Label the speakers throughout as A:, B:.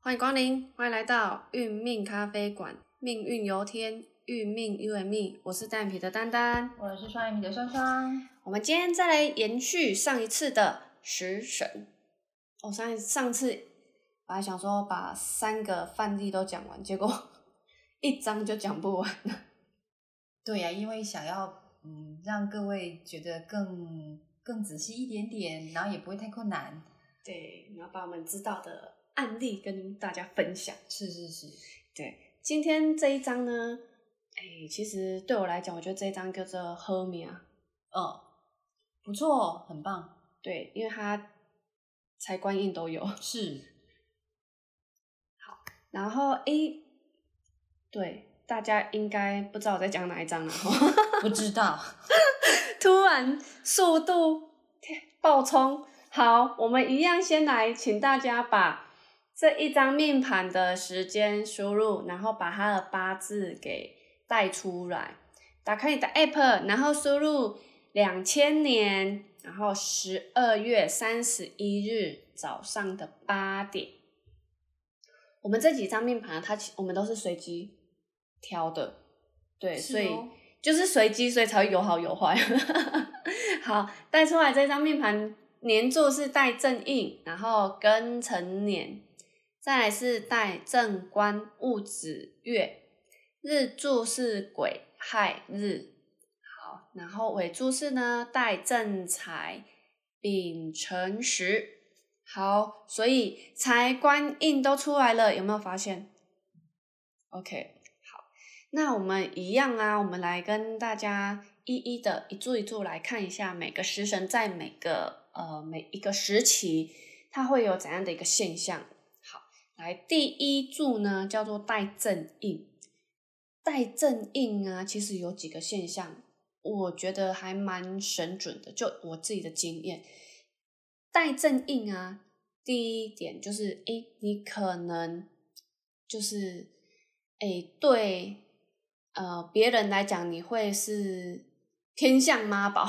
A: 欢迎光临，欢迎来到运命咖啡馆，命运由天，运命由命。我是单眼皮的丹丹，
B: 我是双眼皮的双双。
A: 我们今天再来延续上一次的食神。我、上一上次本来想说把三个范例都讲完，结果 一章就讲不完。
B: 对呀、因为想要嗯让各位觉得更更仔细一点点，然后也不会太困难。
A: 对，然后把我们知道的案例跟大家分享。
B: 是是是，
A: 对，今天这一章呢，哎，其实对我来讲，我觉得这一章叫做喝米啊。
B: 哦，不错，很棒。
A: 对，因为它财官印都有。
B: 是，
A: 然后诶，对，大家应该不知道我在讲哪一章了吼。
B: 不知道。
A: 突然速度天爆冲，好，我们一样先来，请大家把这一张命盘的时间输入，然后把它的八字给带出来。打开你的 app，然后输入两千年，然后十二月三十一日早上的八点。我们这几张命盘，它其我们都是随机挑的，对，
B: 是
A: 所以
B: 哦
A: 就是随机，所以才会有好有坏。 好，带出来这张命盘，年柱是带正印，然后庚辰年，再来是带正官戊子月，日柱是癸亥日。好，然后尾柱是呢带正财丙辰时。好，所以财官印都出来了，有没有发现？OK，那我们一样啊，我们来跟大家一一的一柱一柱来看一下每个食神在每个呃每一个时期，它会有怎样的一个现象。好，来第一柱呢叫做带正印，带正印啊，其实有几个现象，我觉得还蛮神准的，就我自己的经验，带正印啊，第一点就是，诶，你可能就是，诶，对，呃，别人来讲，你会是偏向妈宝。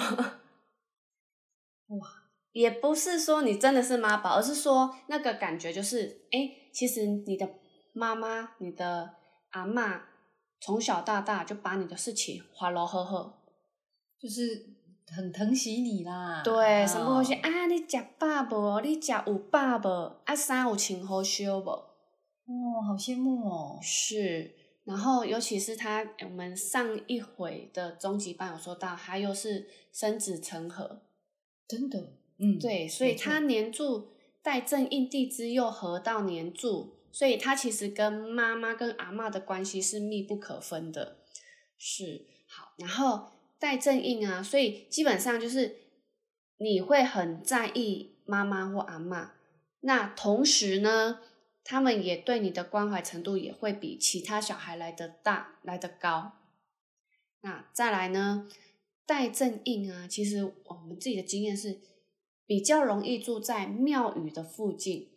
A: 哇，也不是说你真的是妈宝，而是说那个感觉就是，诶，其实你的妈妈、你的阿嬷从小到大就把你的事情花喽呵呵，
B: 就是很疼惜你啦。
A: 对，
B: 哦
A: 什么东西？啊？你食饱无？你食有饱无？啊，衫有穿好烧无？
B: 哦，好羡慕哦。
A: 是，然后尤其是他，我们上一回的终极班有说到，他又是生子成合，
B: 真的，嗯，
A: 对，所以
B: 没错
A: 他年柱带正印地支又合到年柱，所以他其实跟妈妈跟阿嬷的关系是密不可分的。是，好，然后带正印啊，所以基本上就是你会很在意妈妈或阿嬷，那同时呢，他们也对你的关怀程度也会比其他小孩来的大，来的高。那再来呢，带正印啊，其实我们自己的经验是比较容易住在庙宇的附近，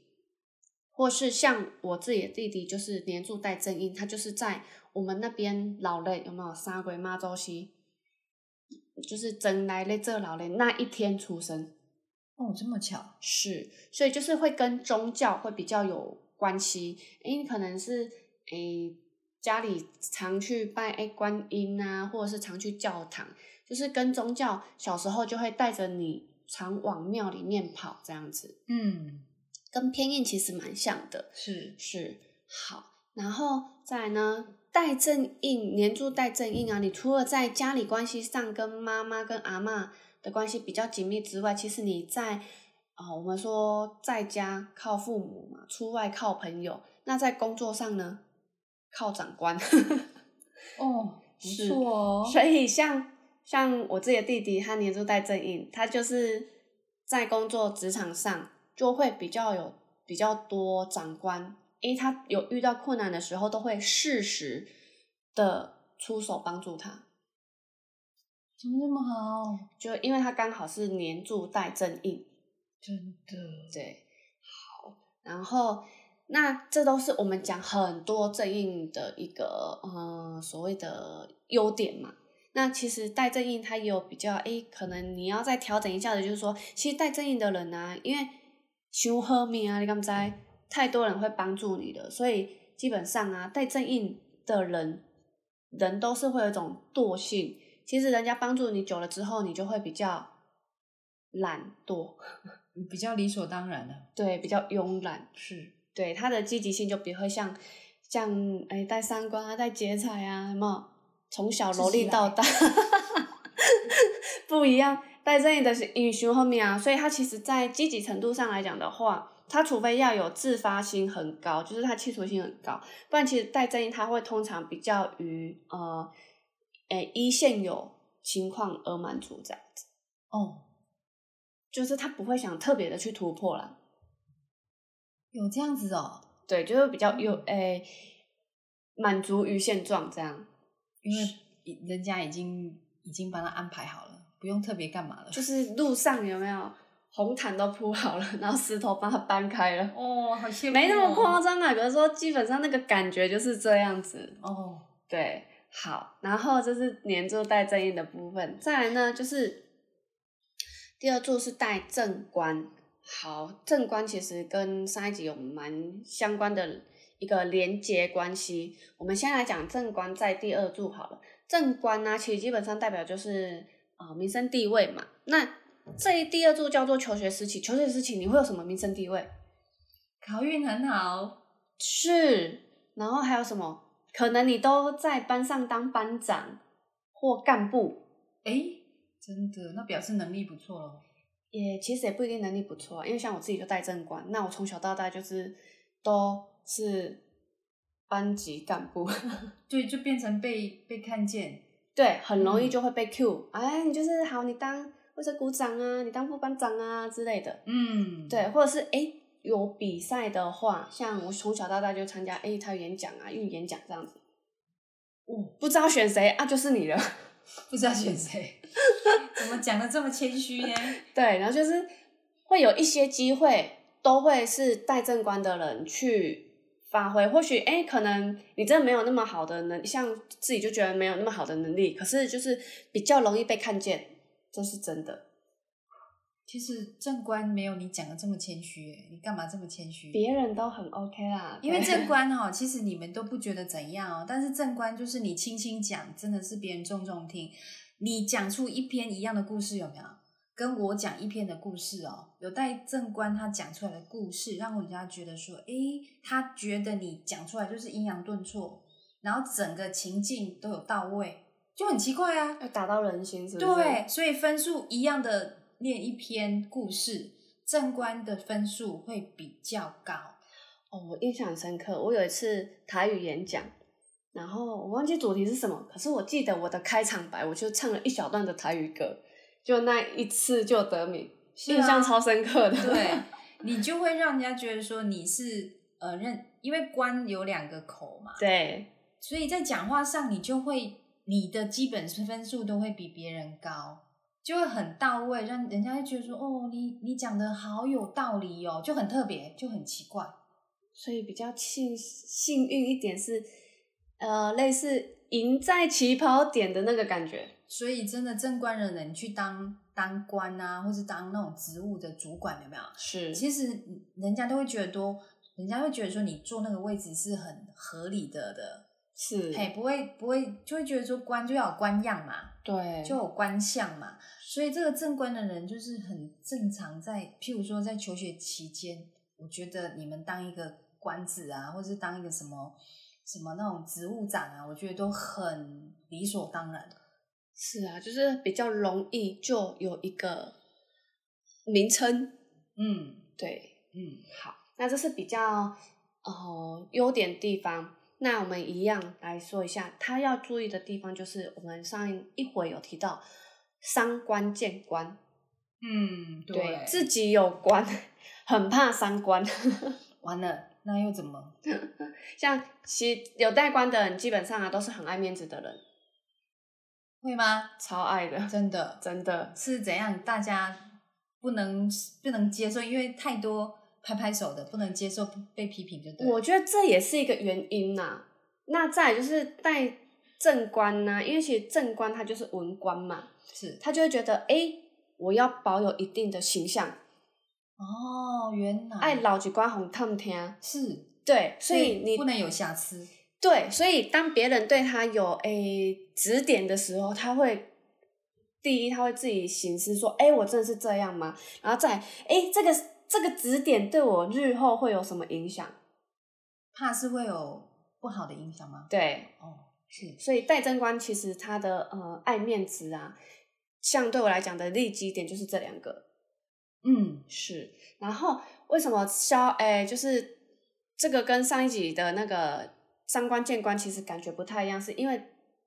A: 或是像我自己的弟弟，就是年住带正印，他就是在我们那边老人有没有三鬼妈周西，就是真来嘞这老人那一天出生。
B: 哦，这么巧，
A: 是，所以就是会跟宗教会比较有关系。诶，你可能是诶家里常去拜诶观音啊，或者是常去教堂，就是跟宗教小时候就会带着你常往庙里面跑这样子，
B: 嗯，
A: 跟偏印其实蛮像的。
B: 是
A: 是好，然后再来呢，带正印年柱带正印啊，你除了在家里关系上跟妈妈跟阿嬷的关系比较紧密之外，其实你在啊、呃我们说在家靠父母嘛，出外靠朋友，那在工作上呢，靠长官。
B: 哦，不
A: 是
B: 错哦，
A: 所以像像我自己的弟弟，他年柱带正印，他就是在工作职场上就会比较有比较多长官，因为他有遇到困难的时候，都会适时的出手帮助他。
B: 怎么那么好？
A: 就因为他刚好是年柱带正印，
B: 真的，
A: 对，好，然后那这都是我们讲很多正印的一个呃所谓的优点嘛。那其实带正印它也有比较，诶，可能你要再调整一下的，就是说，其实带正印的人啊，因为修喝命啊，你敢知？太多人会帮助你的，所以基本上啊，带正印的人，人都是会有一种惰性。其实人家帮助你久了之后，你就会比较懒惰，
B: 比较理所当然的，
A: 对，比较慵懒。
B: 是
A: 对，他的积极性就不会像像哎带三观啊、带劫财啊，什么从小
B: 自
A: 萝
B: 己
A: 莉到
B: 来
A: 大 不一样。带这里的是英雄后面啊，所以他其实在积极程度上来讲的话，他除非要有自发性很高，就是他企图性很高，不然其实带正义他会通常比较于呃，诶依现有情况而满足这样子，
B: 哦，
A: 就是他不会想特别的去突破啦。
B: 有这样子哦，
A: 对，就是比较有诶满足于现状这样，
B: 因为人家已经已经帮他安排好了，不用特别干嘛了。
A: 就是路上有没有红毯都铺好了，然后石头帮他搬开了，
B: 哦，好羡慕、
A: 没那么夸张啊，可是说基本上那个感觉就是这样子。
B: 哦，
A: 对，好，然后这是年柱带正印的部分，再来呢就是第二柱是带正官。好，正官其实跟上一集有蛮相关的一个连接关系。我们先来讲正官在第二柱好了。正官呢、其实基本上代表就是呃民生地位嘛。那这第二柱叫做求学时期，求学时期你会有什么民生地位？
B: 考运很好，
A: 是，然后还有什么？可能你都在班上当班长或干部，
B: 诶，真的，那表示能力不错喽。
A: 也其实也不一定能力不错、啊，因为像我自己就带正官，那我从小到大就是都是班级干部，
B: 对，就变成被被看见，
A: 对，很容易
B: 嗯
A: 就会被 Q，、哎，你就是好，你当或者股长啊，你当副班长啊之类的，
B: 嗯，
A: 对，或者是哎、诶有比赛的话，像我从小到大就参加哎、他有演讲啊，运演讲这样子，
B: 哦
A: 不知道选谁啊，就是你了。
B: 不知道选谁， 怎么讲的这么谦虚呢？
A: 对，然后就是会有一些机会，都会是带正官的人去发挥。或许哎，诶可能你真的没有那么好的能，像自己就觉得没有那么好的能力，可是就是比较容易被看见，这是真的。
B: 其实正官没有你讲的这么谦虚耶，你干嘛这么谦虚？
A: 别人都很 OK 啦，
B: 因为
A: 对
B: 正官哦，其实你们都不觉得怎样哦，但是正官就是你轻轻讲，真的是别人重重听。你讲出一篇一样的故事有没有？跟我讲一篇的故事哦，有带正官他讲出来的故事，让人家觉得说，诶，他觉得你讲出来就是阴阳顿挫，然后整个情境都有到位，就很奇怪啊。
A: 要打到人心，是不是？
B: 对，所以分数一样的念一篇故事，正官的分数会比较高。
A: 哦，我印象很深刻，我有一次台语演讲，然后我忘记主题是什么，可是我记得我的开场白，我就唱了一小段的台语歌，就那一次就得名，
B: 是啊
A: 印象超深刻 的。
B: 对你就会让人家觉得说你是呃认，因为官有两个口嘛，
A: 对
B: 所以在讲话上你就会你的基本分数都会比别人高。就会很到位，让人家会觉得说，哦，你你讲的好有道理哦，就很特别，就很奇怪。
A: 所以比较幸幸运一点是，呃，类似赢在起跑点的那个感觉。
B: 所以真的正官的人去当当官啊，或是当那种职务的主管，有没有？
A: 是
B: 其实人家都会觉得多，人家会觉得说你坐那个位置是很合理的的，
A: 是，
B: 嘿，不会不会就会觉得说官就要有官样嘛，
A: 对，
B: 就有官相嘛，所以这个正官的人就是很正常在，譬如说在求学期间，我觉得你们当一个官子啊，或是当一个什么什么那种职务长啊，我觉得都很理所当然。
A: 是啊，就是比较容易就有一个名称，
B: 嗯
A: 对，
B: 嗯，
A: 好，那这是比较呃优点地方。那我们一样来说一下，他要注意的地方就是我们上一回有提到伤官见官，
B: 嗯，对，
A: 自己有关，很怕伤官。
B: 完了，那又怎么？
A: 像其实有带官的人，基本上啊都是很爱面子的人，
B: 会吗？
A: 超爱的，
B: 真的
A: 真的。
B: 是怎样？大家不能不能接受，因为太多拍拍手的不能接受被批评，就对了。
A: 我觉得这也是一个原因呐、那再来就是带正官呐、因为其实正官他就是文官嘛，
B: 是
A: 他就会觉得，哎、我要保有一定的形象，
B: 哦，原来
A: 爱老一关红探听。
B: 是，
A: 对，所以你
B: 不能有瑕疵。
A: 对，所以当别人对他有诶、指点的时候，他会第一他会自己醒思说，诶、我真的是这样吗？然后再来诶、这个这个指点对我日后会有什么影响？
B: 怕是会有不好的影响吗？
A: 对，
B: 哦，是
A: 所以戴贞观其实他的呃爱面子啊，像对我来讲的利基点就是这两个。
B: 嗯，
A: 是，然后为什么消诶、就是这个跟上一集的那个三观见观其实感觉不太一样，是因为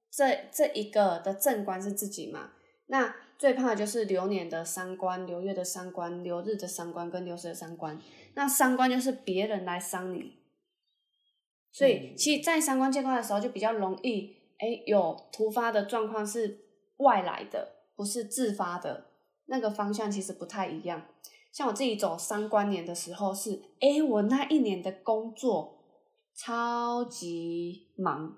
A: 这这一个的正官是自己嘛，那最怕的就是流年的三观、流月的三观、流日的三观跟流水的三观。那三观就是别人来伤你，所以
B: 嗯
A: 其实，在三观见观的时候就比较容易，诶，有突发的状况是外来的，不是自发的，那个方向其实不太一样。像我自己走三观年的时候是，诶，我那一年的工作超级忙，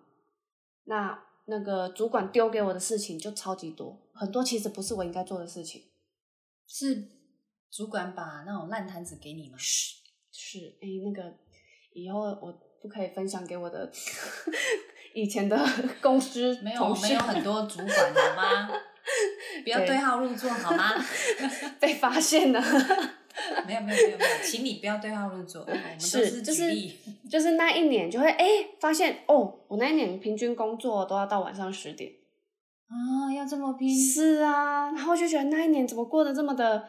A: 那那个主管丢给我的事情就超级多，很多其实不是我应该做的事情。
B: 是主管把那种烂摊子给你吗？
A: 是，哎、那个以后我不可以分享给我的 以前 的公司
B: 没有，
A: 同事
B: 没有很多主管好吗？不要
A: 对
B: 对号入座好吗？
A: 被发现 了。
B: 没有没有没有没有，请你不要对号入座，我们都
A: 是就
B: 举
A: 是
B: 例。
A: 就是那一年就会哎、诶发现哦，我那一年平均工作都要到晚上十点。
B: 啊，要这么拼，
A: 是啊，然后就觉得那一年怎么过得这么的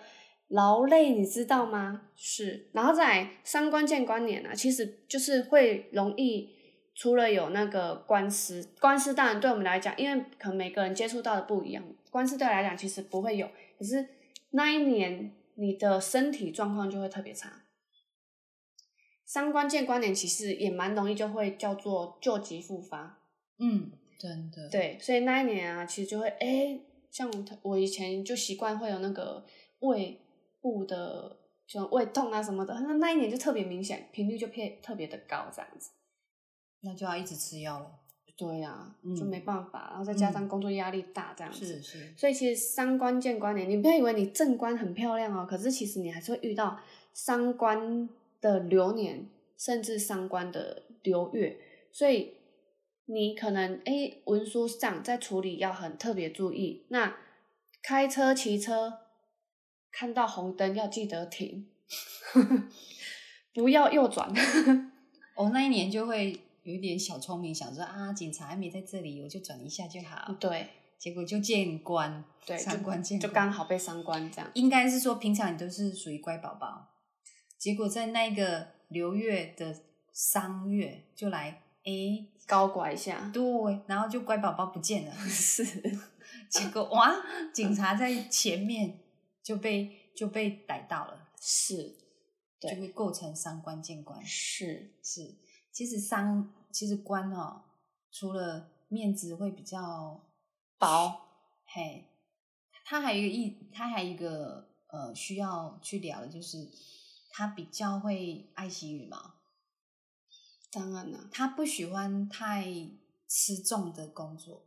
A: 劳累，你知道吗？是，然后再来三观见观年啊，其实就是会容易，除了有那个官司，官司当然对我们来讲，因为可能每个人接触到的不一样，官司对我来讲其实不会有，可是那一年你的身体状况就会特别差。三观见观年其实也蛮容易就会叫做旧疾复发，
B: 嗯，真的，，
A: 对，所以那一年啊，其实就会哎、诶像我我以前就习惯会有那个胃部的，就胃痛啊什么的，那那一年就特别明显，频率就偏特别的高，这样子。
B: 那就要一直吃药了。
A: 对啊，就
B: 嗯
A: 没办法，然后再加上工作压力大这样子，
B: 是是，
A: 所以其实三观见关联，你不要以为你正官很漂亮哦，可是其实你还是会遇到三观的流年，甚至三观的流月，所以你可能诶文书上在处理要很特别注意。那开车、骑车看到红灯要记得停， 不要右转。
B: 我、哦那一年就会有一点小聪明，想说啊，警察还没在这里，我就转一下就好。
A: 对
B: 结果就见官，
A: 嗯对，
B: 三观见
A: 就就
B: 官
A: 刚好被三观这样。
B: 应该是说平常你都是属于乖宝宝，结果在那个流月的商月就来诶，
A: 高拐一下，
B: 对，然后就乖宝宝不见了，
A: 是，
B: 结果哇，警察在前面就被就被逮到了，
A: 是对
B: 就会构成伤官见官。
A: 是，
B: 是，其实伤其实官哦，除了面子会比较
A: 薄，
B: 嘿，他还有一个意，他还有一个呃需要去聊的就是，他比较会爱惜羽毛，
A: 当然了、
B: 他不喜欢太吃重的工作。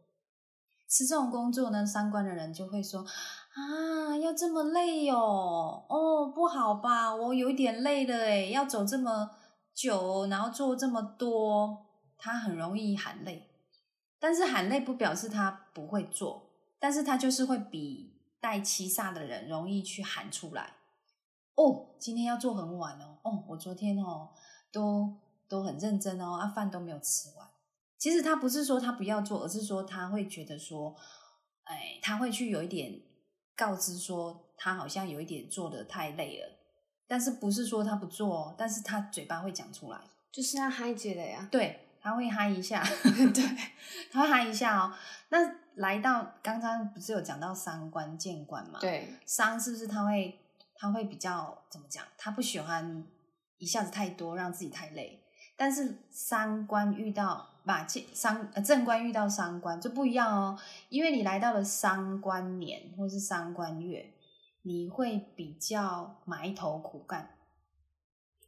B: 吃这种工作呢，三观的人就会说啊，要这么累哦，哦，不好吧，我有一点累了诶，要走这么久，然后做这么多，他很容易喊累。但是喊累不表示他不会做，但是他就是会比带七煞的人容易去喊出来。哦，今天要做很晚哦，哦，我昨天哦都都很认真哦，啊，饭都没有吃完。其实他不是说他不要做，而是说他会觉得说，哎，他会去有一点告知说他好像有一点做的太累了，但是不是说他不做哦，但是他嘴巴会讲出来。
A: 就是要嗨姐的呀。
B: 对，他会嗨一下， 对，他会嗨一下哦。那来到刚刚不是有讲到三观见观嘛？，
A: 对，
B: 伤是不是他会他会比较怎么讲？他不喜欢一下子太多，让自己太累。但是三观遇到把见伤呃正官遇到伤官就不一样哦，因为你来到了伤官年或是伤官月，你会比较埋头苦干。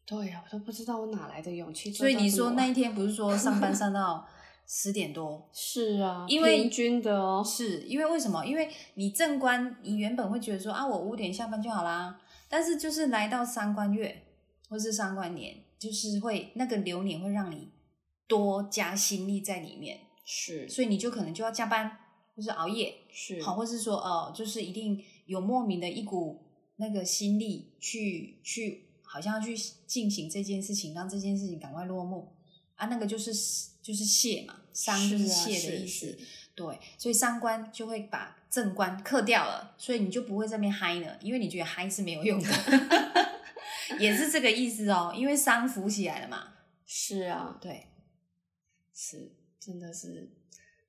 A: 对呀、我都不知道我哪来的勇气做
B: 所
A: 到
B: 以
A: 这么晚。
B: 你说那一天不是说上班上到十点多？
A: 是啊，
B: 因为
A: 平均的哦，
B: 是因为为什么？因为你正官，你原本会觉得说啊，我五点下班就好啦，但是就是来到三官月或是三官年，就是会那个流年会让你多加心力在里面，
A: 是
B: 所以你就可能就要加班，或是熬夜，
A: 是
B: 好，或是说呃，就是一定有莫名的一股那个心力去去，好像要去进行这件事情，让这件事情赶快落幕啊。那个就是就是泄嘛，伤就是
A: 啊
B: 泄的
A: 是
B: 意思。
A: 是
B: 对，所以三观就会把正观克掉了，所以你就不会在那边嗨了，因为你觉得嗨是没有用的， 也是这个意思哦。因为伤浮起来了嘛，
A: 是啊，
B: 对，
A: 是真的是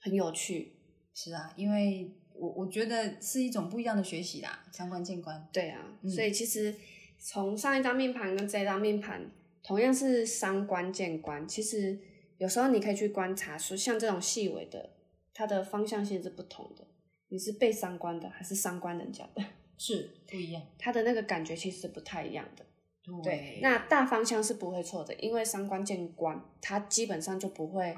A: 很有趣。
B: 是啊，因为我我觉得是一种不一样的学习啦，三观见观，
A: 对啊，
B: 嗯
A: 所以其实从上一张命盘跟这张命盘同样是三观见观，其实有时候你可以去观察说，像这种细微的，它的方向性是不同的。你是被三观的，还是三观人家的？
B: 是不一样，
A: 它的那个感觉其实是不太一样的。
B: 对
A: 对，那大方向是不会错的，因为三观见官，它基本上就不会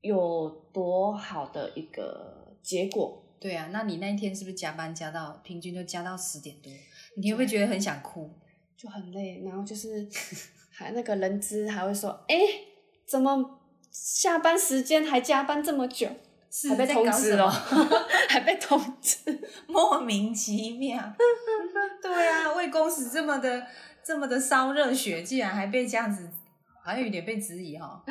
A: 有多好的一个结果。
B: 对啊，那你那一天是不是加班加到平均都加到十点多？你会不会觉得很想哭？
A: 就很累，然后就是 还那个人资还会说，哎、怎么下班时间还加班这么久？
B: 是
A: 还被
B: 在
A: 通
B: 搞
A: 知
B: 什
A: 哦
B: 么，
A: 还被通知，
B: 莫名 其妙。对啊，为公司这么的这么的烧热血，竟然还被这样子，好像有点被质疑哦，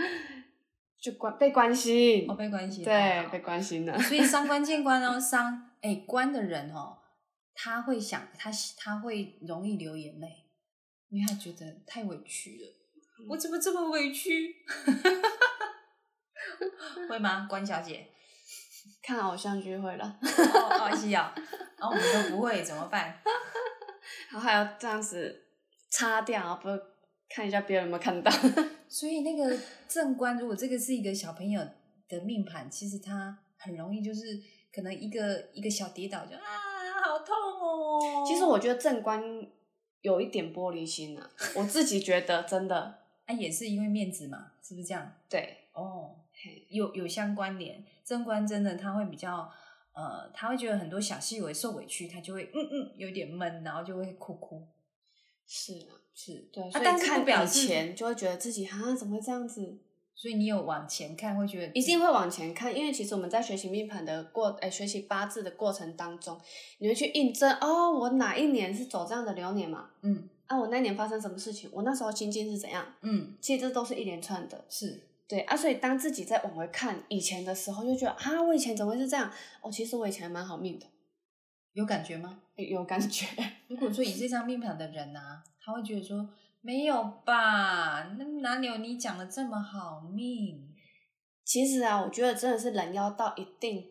A: 就关被关心，
B: 哦被关心。
A: 对，
B: 好
A: 被关心了，
B: 所以伤官见官哦，伤哎官的人哦，他会想他他会容易流眼泪，因为他觉得太委屈了，
A: 嗯
B: 我怎么这么 委屈？会吗，关 小姐？
A: 看偶像剧会了，
B: 哦，不好意思啊，然后我们都不会怎么办？
A: 然后还要这样子擦掉，不看一下别人有没有看到，
B: 所以那个正官，如果这个是一个小朋友的命盘，其实他很容易就是可能一个一个小跌倒就啊，好痛哦。
A: 其实我觉得正官有一点玻璃心啊，我自己觉得真的
B: 啊也是因为面子嘛，是不是这样？
A: 对，
B: 哦
A: 嘿，
B: 有有相关联，正官真的他会比较。呃，他会觉得很多小细微受委屈，他就会嗯嗯有点闷，然后就会哭哭。
A: 是啊，
B: 是，
A: 对，
B: 啊
A: 所以
B: 但是不
A: 看
B: 表
A: 以
B: 示
A: 前就会觉得自己啊怎么会这样子，
B: 所以你有往前看，会觉得
A: 一定会往前看，因为其实我们在学习命盘的过，哎，学习八字的过程当中，你会去印证哦，我哪一年是走这样的流年嘛？
B: 嗯
A: 啊，我那年发生什么事情？我那时候心境是怎样？
B: 嗯
A: 其实这都是一连串的，
B: 是
A: 对啊，所以当自己在往回看以前的时候，就觉得啊，我以前怎么会是这样？哦，其实我以前还蛮好命的，
B: 有感觉吗？
A: 有有感觉。
B: 如果
A: 嗯
B: 说以这张命盘的人啊，他会觉得说没有吧，那哪里有你讲的这么好命？
A: 其实啊，我觉得真的是人要到一定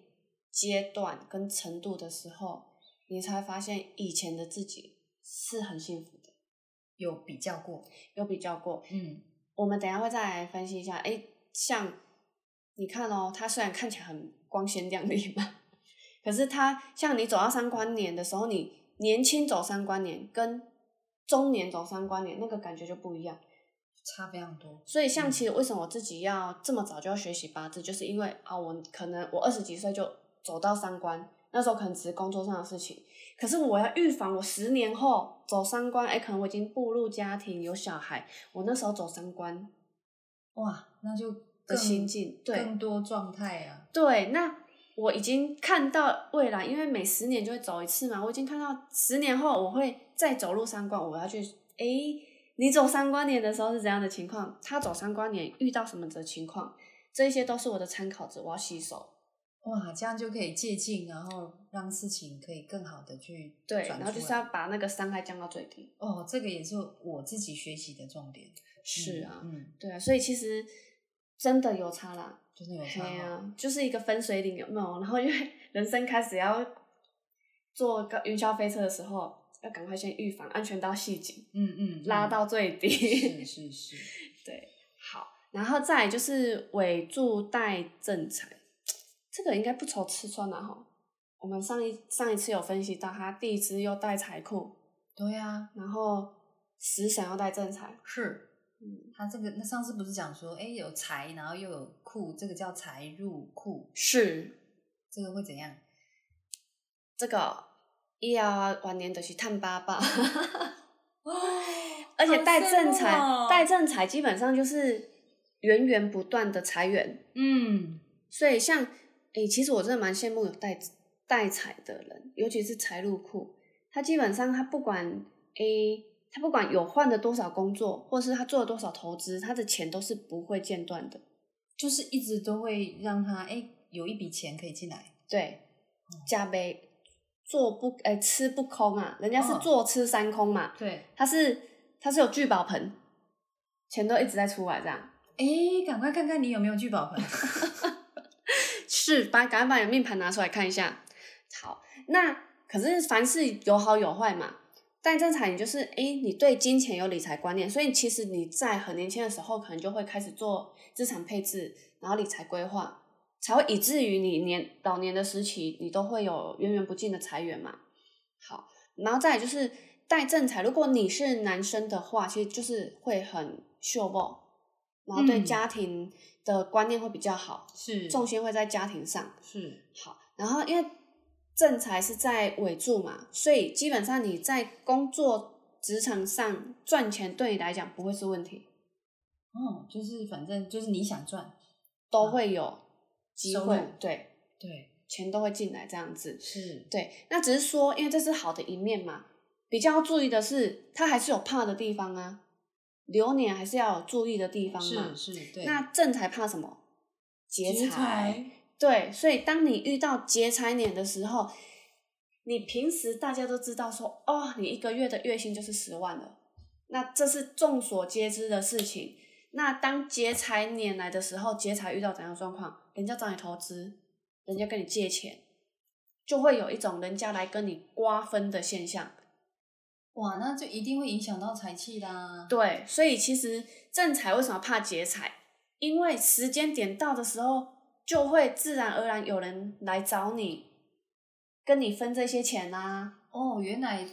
A: 阶段跟程度的时候，你才发现以前的自己是很幸福的。
B: 有比较过，
A: 有比较过，
B: 嗯，
A: 我们等一下会再来分析一下。哎，像你看哦，它虽然看起来很光鲜亮丽嘛，可是它像你走到三观年的时候，你年轻走三观年跟中年走三观年那个感觉就不一样。
B: 差非常多。
A: 所以像
B: 嗯
A: 其实为什么我自己要这么早就要学习八字，就是因为啊，我可能我二十几岁就走到三观，那时候可能只是工作上的事情，可是我要预防我十年后走三观，哎，可能我已经步入家庭有小孩，我那时候走三观。
B: 哇，那就
A: 的
B: 更
A: 心境，对
B: 更多状态啊。
A: 对。那我已经看到未来，因为每十年就会走一次嘛，我已经看到十年后我会再走入三观，我要去诶，你走三观年的时候是怎样的情况？他走三观年遇到什么的情况？这一些都是我的参考值，我要吸收。
B: 哇，这样就可以借镜，然后让事情可以更好的去
A: 对，
B: 转
A: 然后就
B: 出
A: 是
B: 来
A: 要把那个伤害降到最低。
B: 哦，这个也是我自己学习的重点。
A: 是啊，
B: 嗯，嗯
A: 对啊，所以其实真的有差啦，
B: 真的有差
A: 对
B: 哦。
A: 啊，就是一个分水岭，有没有？然 后因为人生开始要坐个云霄飞车的时候，要赶快先预防，安全到细节，
B: 嗯嗯，
A: 拉
B: 嗯
A: 到最低。
B: 是是是，
A: 对， 好，然后再来就是尾柱带正财，这个应该不愁吃穿了哈。我们上一上一次有分析到，他地支又带财库，
B: 对啊，
A: 然后食神又带正财，
B: 是。
A: 嗯，
B: 他这个那上次不是讲说，哎，有财，然后又有库，这个叫财入库，
A: 是
B: 这个会怎样？
A: 这个。以后啊，晚年就是探爸爸，而且带正财
B: 哦好羡慕哦，
A: 带正财基本上就是源源不断的财源，
B: 嗯，
A: 所以像诶、其实我真的蛮羡慕有带带财的人，尤其是财路库，他基本上他不管诶、他不管有换了多少工作，或是他做了多少投资，他的钱都是不会间断的。
B: 就是一直都会让他哎、有一笔钱可以进来，
A: 对，
B: 哦
A: 加倍做不诶、吃不空啊，人家是
B: 嗯
A: 坐吃山空嘛，
B: 对，
A: 他是他是有聚宝盆，钱都一直在出来这样。
B: 哎、赶快看看你有没有聚宝盆，
A: 是，把赶快把你的命盘拿出来看一下。好，那可是凡事有好有坏嘛。但正财你就是，诶，你对金钱有理财观念，所以其实你在很年轻的时候，可能就会开始做资产配置，然后理财规划，才会以至于你年老年的时期，你都会有源源不尽的财源嘛。好，然后再来就是带正财，如果你是男生的话，其实就是会很秀爆，然后对
B: 嗯
A: 家庭的观念会比较好，
B: 是
A: 重心会在家庭上。
B: 是
A: 好，然后因为正财是在尾柱嘛，所以基本上你在工作职场上赚钱对你来讲不会是问题，
B: 哦，就是反正就是你想赚，
A: 都会有机
B: 嗯收
A: 会，
B: 入
A: 对，
B: 对，
A: 钱都会进来这样子。
B: 是
A: 对，那只是说，因为这是好的一面嘛，比较要注意的是，它还是有怕的地方啊，流年还是要有注意的地方嘛
B: 是。是，对，
A: 那正财怕什么？劫
B: 劫
A: 财。对，所以当你遇到劫财年的时候，你平时大家都知道说，哦，你一个月的月薪就是十万了，那这是众所皆知的事情。那当劫财年来的时候，劫财遇到怎样的状况？人家找你投资，人家跟你借钱，就会有一种人家来跟你瓜分的现象。
B: 哇，那就一定会影响到财气啦，
A: 对，所以其实正财为什么怕劫财？因为时间点到的时候，就会自然而然有人来找你，跟你分这些钱啊。
B: 哦，原来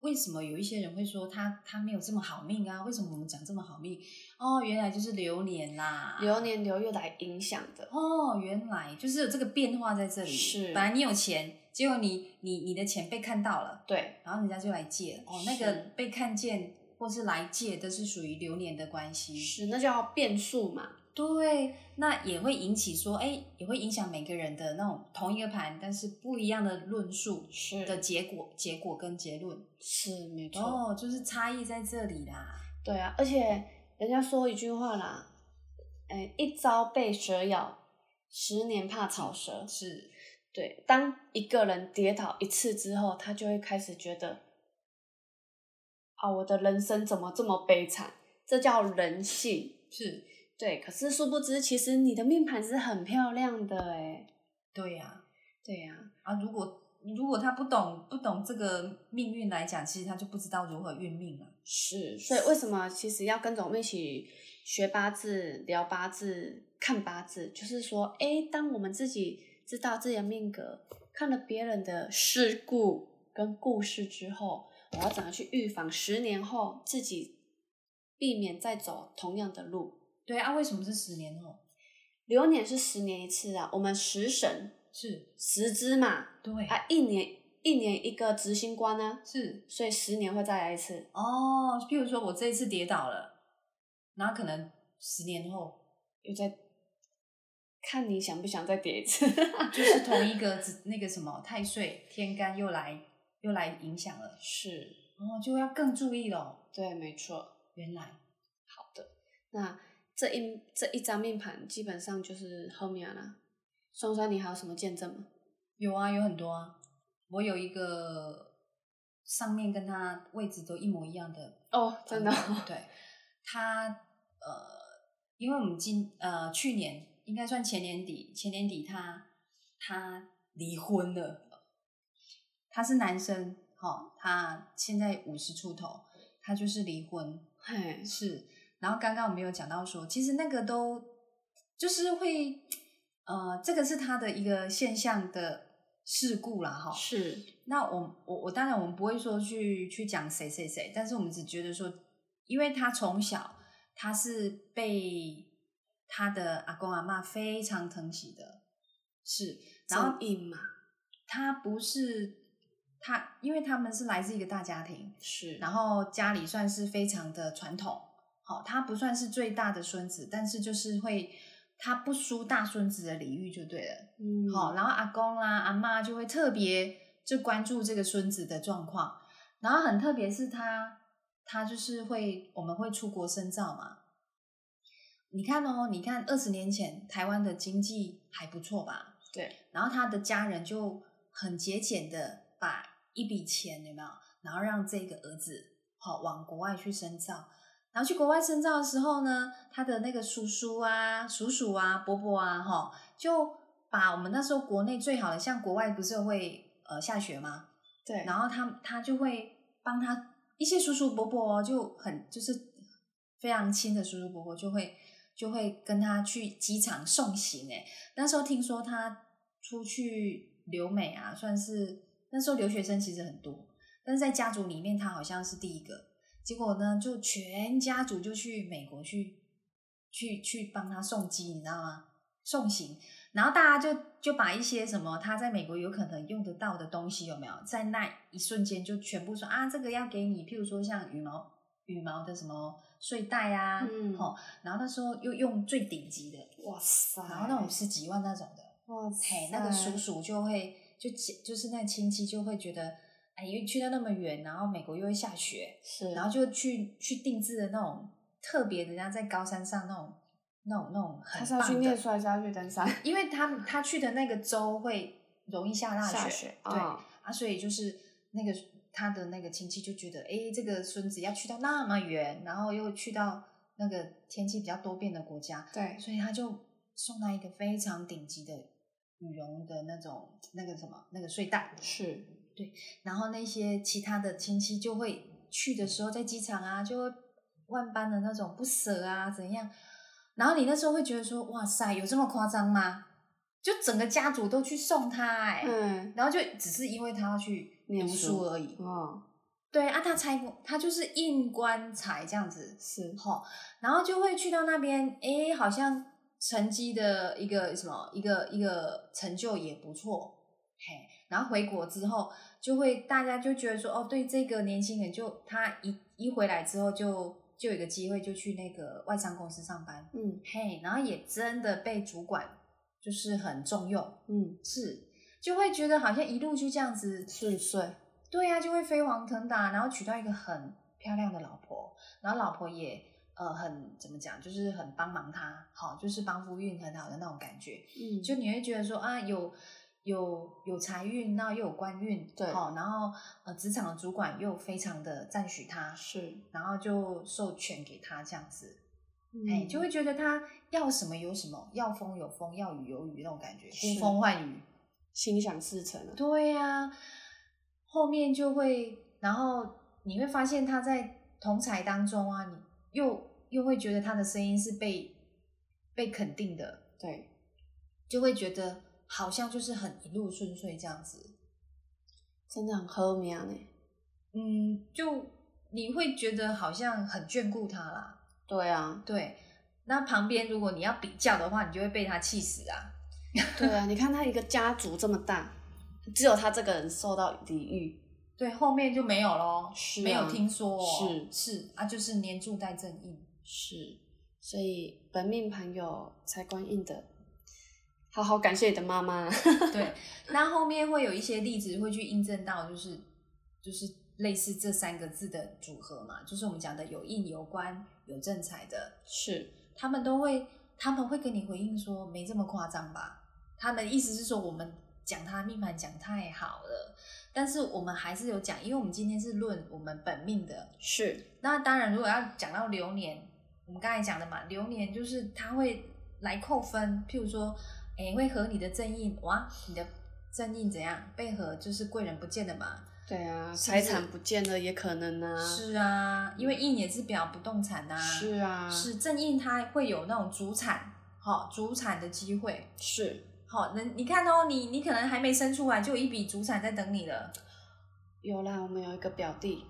B: 为什么有一些人会说他他没有这么好命啊？为什么我们讲这么好命？哦，原来就是流年啦，
A: 流年流月来影响的，
B: 哦，原来就是有这个变化在这里。
A: 是
B: 本来你有钱，结果你你你的钱被看到了，
A: 对，
B: 然后人家就来借了。哦，那
A: 是
B: 个被看见或是来借，都是属于流年的关系。
A: 是那叫变数嘛。
B: 对，那也会引起说，哎，也会影响每个人的那种同一个盘，但是不一样的论述
A: 是
B: 的结果、结果跟结论。
A: 是没错、
B: 哦，就是差异在这里啦。
A: 对啊，而且人家说一句话啦，哎、一朝被蛇咬，十年怕草蛇。
B: 是，
A: 对，当一个人跌倒一次之后，他就会开始觉得，啊，我的人生怎么这么悲惨？这叫人性。
B: 是，
A: 对，可是殊不知，其实你的命盘是很漂亮的哎。
B: 对呀、
A: 对呀、
B: 啊。如果如果他不懂不懂这个命运来讲，其实他就不知道如何运命了。
A: 是。所以为什么其实要跟着我们一起学八字、聊八字、看八字？就是说，哎，当我们自己知道自己的命格，看了别人的事故跟故事之后，我要怎么去预防十年后自己避免再走同样的路？
B: 对啊，为什么是十年后？
A: 流年是十年一次啊，我们十神
B: 是，
A: 十支嘛，
B: 对，
A: 啊，一年一年一个执行官呢、
B: 是
A: 所以十年会再来一次。
B: 哦。譬如说我这一次跌倒了，然后可能十年后
A: 又在看你想不想再叠一次。
B: 就是同一个只那个什么太岁天干又来又来影响了，
A: 是，
B: 哦，就要更注意咯。
A: 对，没错。
B: 原来
A: 好的，那这一这一张命盘基本上就是后面啦。双双，你还有什么见证吗？
B: 有啊，有很多啊。我有一个上面跟他位置都一模一样的
A: 哦，真的哦、
B: 对，他呃，因为我们今呃去年应该算前年底，前年底他他离婚了，他是男生，哈、他现在五十出头，他就是离婚，
A: 嘿，
B: 是，然后刚刚我们有讲到说，其实那个都就是会，呃，这个是他的一个现象的事故啦，哈、
A: 是
B: 那我我我当然我们不会说去去讲谁谁谁，但是我们只觉得说，因为他从小他是被他的阿公阿嬷非常疼惜的，是，然后
A: 正印嘛，
B: 他不是他因为他们是来自一个大家庭，
A: 是
B: 然后家里算是非常的传统，好、他不算是最大的孙子，但是就是会他不输大孙子的礼遇就对了。
A: 嗯，
B: 好、然后阿公啦、阿妈就会特别就关注这个孙子的状况，然后很特别是他，他就是会我们会出国深造嘛。你看哦，你看二十年前台湾的经济还不错吧？
A: 对，
B: 然后他的家人就很节俭的把一笔钱有没有，然后让这个儿子好、往国外去深造。然后去国外深造的时候呢，他的那个叔叔啊、叔叔啊、伯伯啊，哈、就把我们那时候国内最好的，像国外不是会呃下雪吗？
A: 对，
B: 然后他他就会帮他一些叔叔伯伯哦就很就是非常亲的叔叔伯伯就会就会跟他去机场送行哎，那时候听说他出去留美啊，算是那时候留学生其实很多，但是在家族里面他好像是第一个，结果呢就全家族就去美国去去去帮他送机，你知道吗？送行，然后大家就就把一些什么他在美国有可能用得到的东西有没有，在那一瞬间就全部说啊，这个要给你，譬如说像羽毛羽毛的什么睡袋啊，
A: 嗯
B: 吼然后那时候又用最顶级的，
A: 哇塞，
B: 然后那种十几万那种的，
A: 哇
B: 嘿
A: 塞，，
B: 那个叔叔就会就亲就是那亲戚就会觉得，哎，因为去到那么远，然后美国又会下雪，
A: 是，
B: 然后就去去定制的那种特别，人家在高山上那种那种那种
A: 他
B: 很
A: 是要去
B: 棒
A: 念
B: 的，
A: 书还是要去登山？
B: 因为他他去的那个州会容易下大
A: 下
B: 雪，
A: 雪
B: 对、
A: 啊
B: 啊，所以就是那个他的那个亲戚就觉得，哎，这个孙子要去到那么远，然后又去到那个天气比较多变的国家，
A: 对，
B: 所以他就送他一个非常顶级的羽绒的那种那个什么那个睡袋，
A: 是，
B: 然后那些其他的亲戚就会去的时候在机场啊，就会万般的那种不舍啊，怎样？然后你那时候会觉得说，哇塞，有这么夸张吗？就整个家族都去送他、哎、
A: 嗯，
B: 然后就只是因为他要去
A: 念
B: 读
A: 书
B: 书而已。
A: 哦，
B: 对啊，他才他就是印棺材这样子，
A: 是，
B: 吼，然后就会去到那边，诶，好像成绩的一个什么一个一个成就也不错，嘿，然后回国之后就会大家就觉得说，哦，对这个年轻人就他一一回来之后就就有一个机会就去那个外商公司上班，
A: 嗯
B: 嘿，然后也真的被主管就是很重用，
A: 嗯，
B: 是就会觉得好像一路就这样子
A: 顺遂，
B: 对啊呀、就会飞黄腾达，然后娶到一个很漂亮的老婆，然后老婆也呃很怎么讲，就是很帮忙他，好，就是帮夫运很好的那种感觉。
A: 嗯，
B: 就你会觉得说啊，有有有财运，那又有官运，
A: 对
B: 好，然后呃职场的主管又非常的赞许他，
A: 是，
B: 然后就授权给他这样子，哎、
A: 嗯
B: 就会觉得他要什么有什么，要风有风，要雨有雨那种感觉，
A: 是
B: 呼风唤雨。
A: 心想事成啊了，
B: 对呀、后面就会，然后你会发现他在同才当中啊，你又又会觉得他的声音是被被肯定的，
A: 对，
B: 就会觉得好像就是很一路顺遂这样子。
A: 真的很喝命呢。
B: 嗯，就你会觉得好像很眷顾他啦。
A: 对啊，
B: 对，那旁边如果你要比较的话，你就会被他气死啊。
A: 对啊，你看他一个家族这么大，只有他这个人受到礼遇，
B: 对，后面就没有咯，
A: 是
B: 没有
A: 啊
B: 听说、哦，
A: 是
B: 是啊，就是黏住在正印。
A: 是，所以本命盘有财官印的，好好感谢你的妈妈。
B: 对，那后面会有一些例子会去印证到，就是就是类似这三个字的组合嘛，就是我们讲的有印有官有正财的，
A: 是，
B: 他们都会他们会跟你回应说没这么夸张吧？他们意思是说我们讲他命盘讲太好了，但是我们还是有讲，因为我们今天是论我们本命的，
A: 是，
B: 那当然如果要讲到流年，我们刚才讲的嘛，流年就是它会来扣分，譬如说，哎，会和你的正印哇，你的正印怎样被合，就是贵人不见的嘛，
A: 对啊，
B: 是
A: 财
B: 不是
A: 产不见了也可能啊。
B: 是啊，因为印也是表不动产呐、
A: 是啊，
B: 是正印它会有那种主产，好、主产的机会，
A: 是
B: 好、那你看哦，你你可能还没生出来就有一笔主产在等你了，
A: 有啦，我们有一个表弟，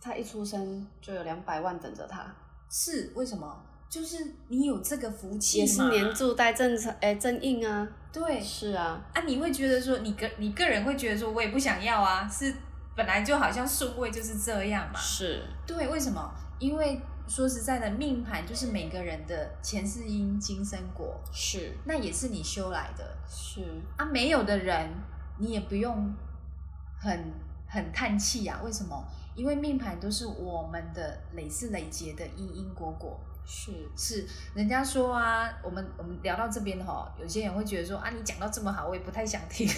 A: 他一出生就有两百万等着他，
B: 是为什么？就是你有这个福气
A: 也是
B: 嘛
A: 年柱带正财，哎、正印啊，
B: 对
A: 是啊，
B: 啊，你会觉得说你个你个人会觉得说我也不想要啊，是本来就好像顺位就是这样嘛，
A: 是
B: 对，为什么？因为说实在的，命盘就是每个人的前世因今生果，
A: 是
B: 那也是你修来的
A: 是，
B: 啊。没有的人，你也不用很很叹气啊。为什么？因为命盘都是我们的累世累劫的因因果果。
A: 是
B: 是人家说啊，我们我们聊到这边哈、有些人会觉得说啊，你讲到这么好，我也不太想听。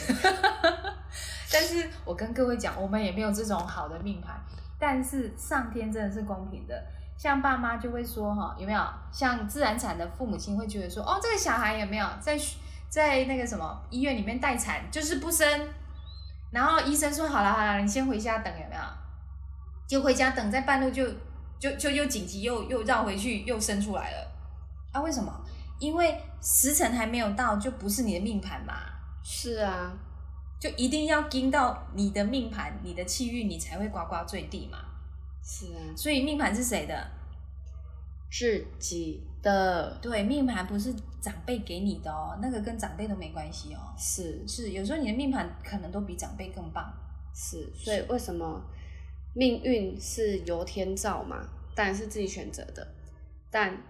B: 但是我跟各位讲，我们也没有这种好的命盘，但是上天真的是公平的。像爸妈就会说哈、有没有？像自然产的父母亲会觉得说，哦，这个小孩有没有在学在那个什么医院里面待产，就是不生。然后医生说，好了好了，你先回家等，有没有？就回家等，在半路就就就又紧急又又绕回去又生出来了。啊，为什么？因为时辰还没有到，就不是你的命盘嘛，
A: 是啊，
B: 就一定要盯到你的命盘、你的气运，你才会呱呱坠地嘛。
A: 是啊，
B: 所以命盘是谁的？
A: 自己的
B: 对，命盘不是长辈给你的哦，那个跟长辈都没关系哦。
A: 是
B: 是，有时候你的命盘可能都比长辈更棒。
A: 是，所以为什么命运是由天造嘛？当然是自己选择的，但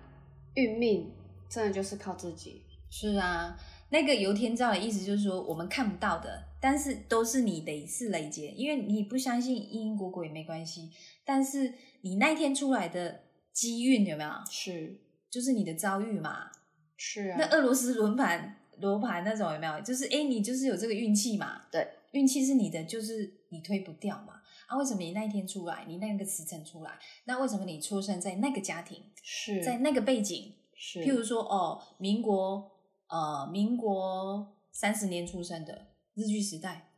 A: 运命真的就是靠自己。
B: 是啊，那个由天造的意思就是说我们看不到的，但是都是你累世累劫，因为你不相信因因果果也没关系，但是你那一天出来的机运有没有，
A: 是
B: 就是你的遭遇嘛。
A: 是啊，
B: 那俄罗斯轮盘罗盘那种有没有？就是哎，诶你就是有这个运气嘛。
A: 对，
B: 运气是你的，就是你推不掉嘛。啊，为什么你那一天出来，你那个时辰出来？那为什么你出生在那个家庭，
A: 是
B: 在那个背景？
A: 是，
B: 譬如说，哦，民国呃，民国三十年出生的日据时代，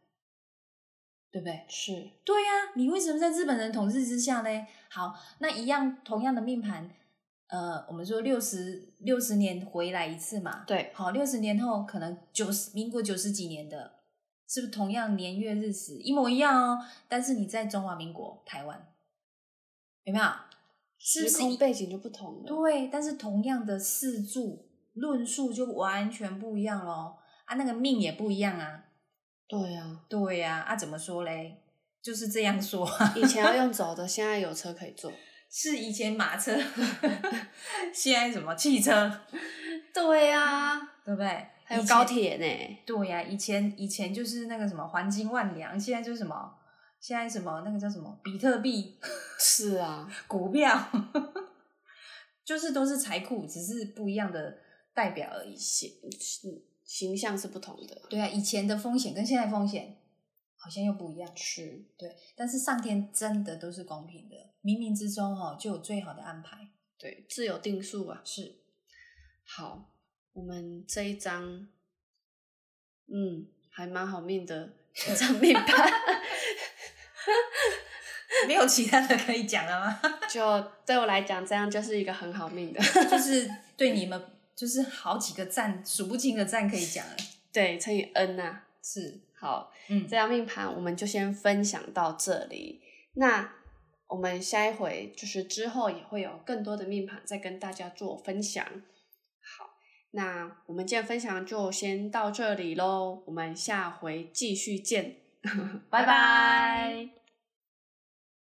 B: 对不对？
A: 是
B: 对呀、你为什么在日本人统治之下嘞？好，那一样同样的命盘，呃，我们说六十六十年回来一次嘛，
A: 对
B: 好，六十年后可能九十民国九十几年的，是不是同样年月日时一模一样哦？但是你在中华民国台湾，有没有？是不
A: 时
B: 是
A: 空
B: 一
A: 背景就不同了。
B: 对，但是同样的四柱论述就完全不一样咯。啊，那个命也不一样啊。
A: 对啊，
B: 对呀、啊，怎么说嘞？就是这样说啊，
A: 以前要用走的，现在有车可以坐。
B: 是以前马车， 现在什么汽车，
A: 对啊，
B: 对不对？
A: 还有
B: 以前
A: 高。铁 呢。
B: 对呀、以前以前就是那个什么黄金万两，现在就是什么，现在什么那个叫什么比特币、
A: 是啊，
B: 股票， 就是都是财库，只是不一样的代表而已。
A: 形形象是不同的。
B: 对啊，以前的风险跟现在风险好像又不一样。
A: 是
B: 对，但是上天真的都是公平的，冥冥之中哦就有最好的安排。
A: 对，自有定数啊。
B: 是，
A: 好，我们这一章，嗯，还蛮好命的一张命盘，
B: 没有其他的可以讲了吗？
A: 就对我来讲，这样就是一个很好命的，
B: 就是对你们，就是好几个赞，数不清的赞可以讲了。
A: 对，乘以 n 呐、
B: 是，
A: 好，
B: 嗯
A: 这，张命盘我们就先分享到这里。那我们下一回就是之后也会有更多的命盘再跟大家做分享。好，那我们今天分享就 先到这里喽，我们下回继续见，拜拜
B: 拜拜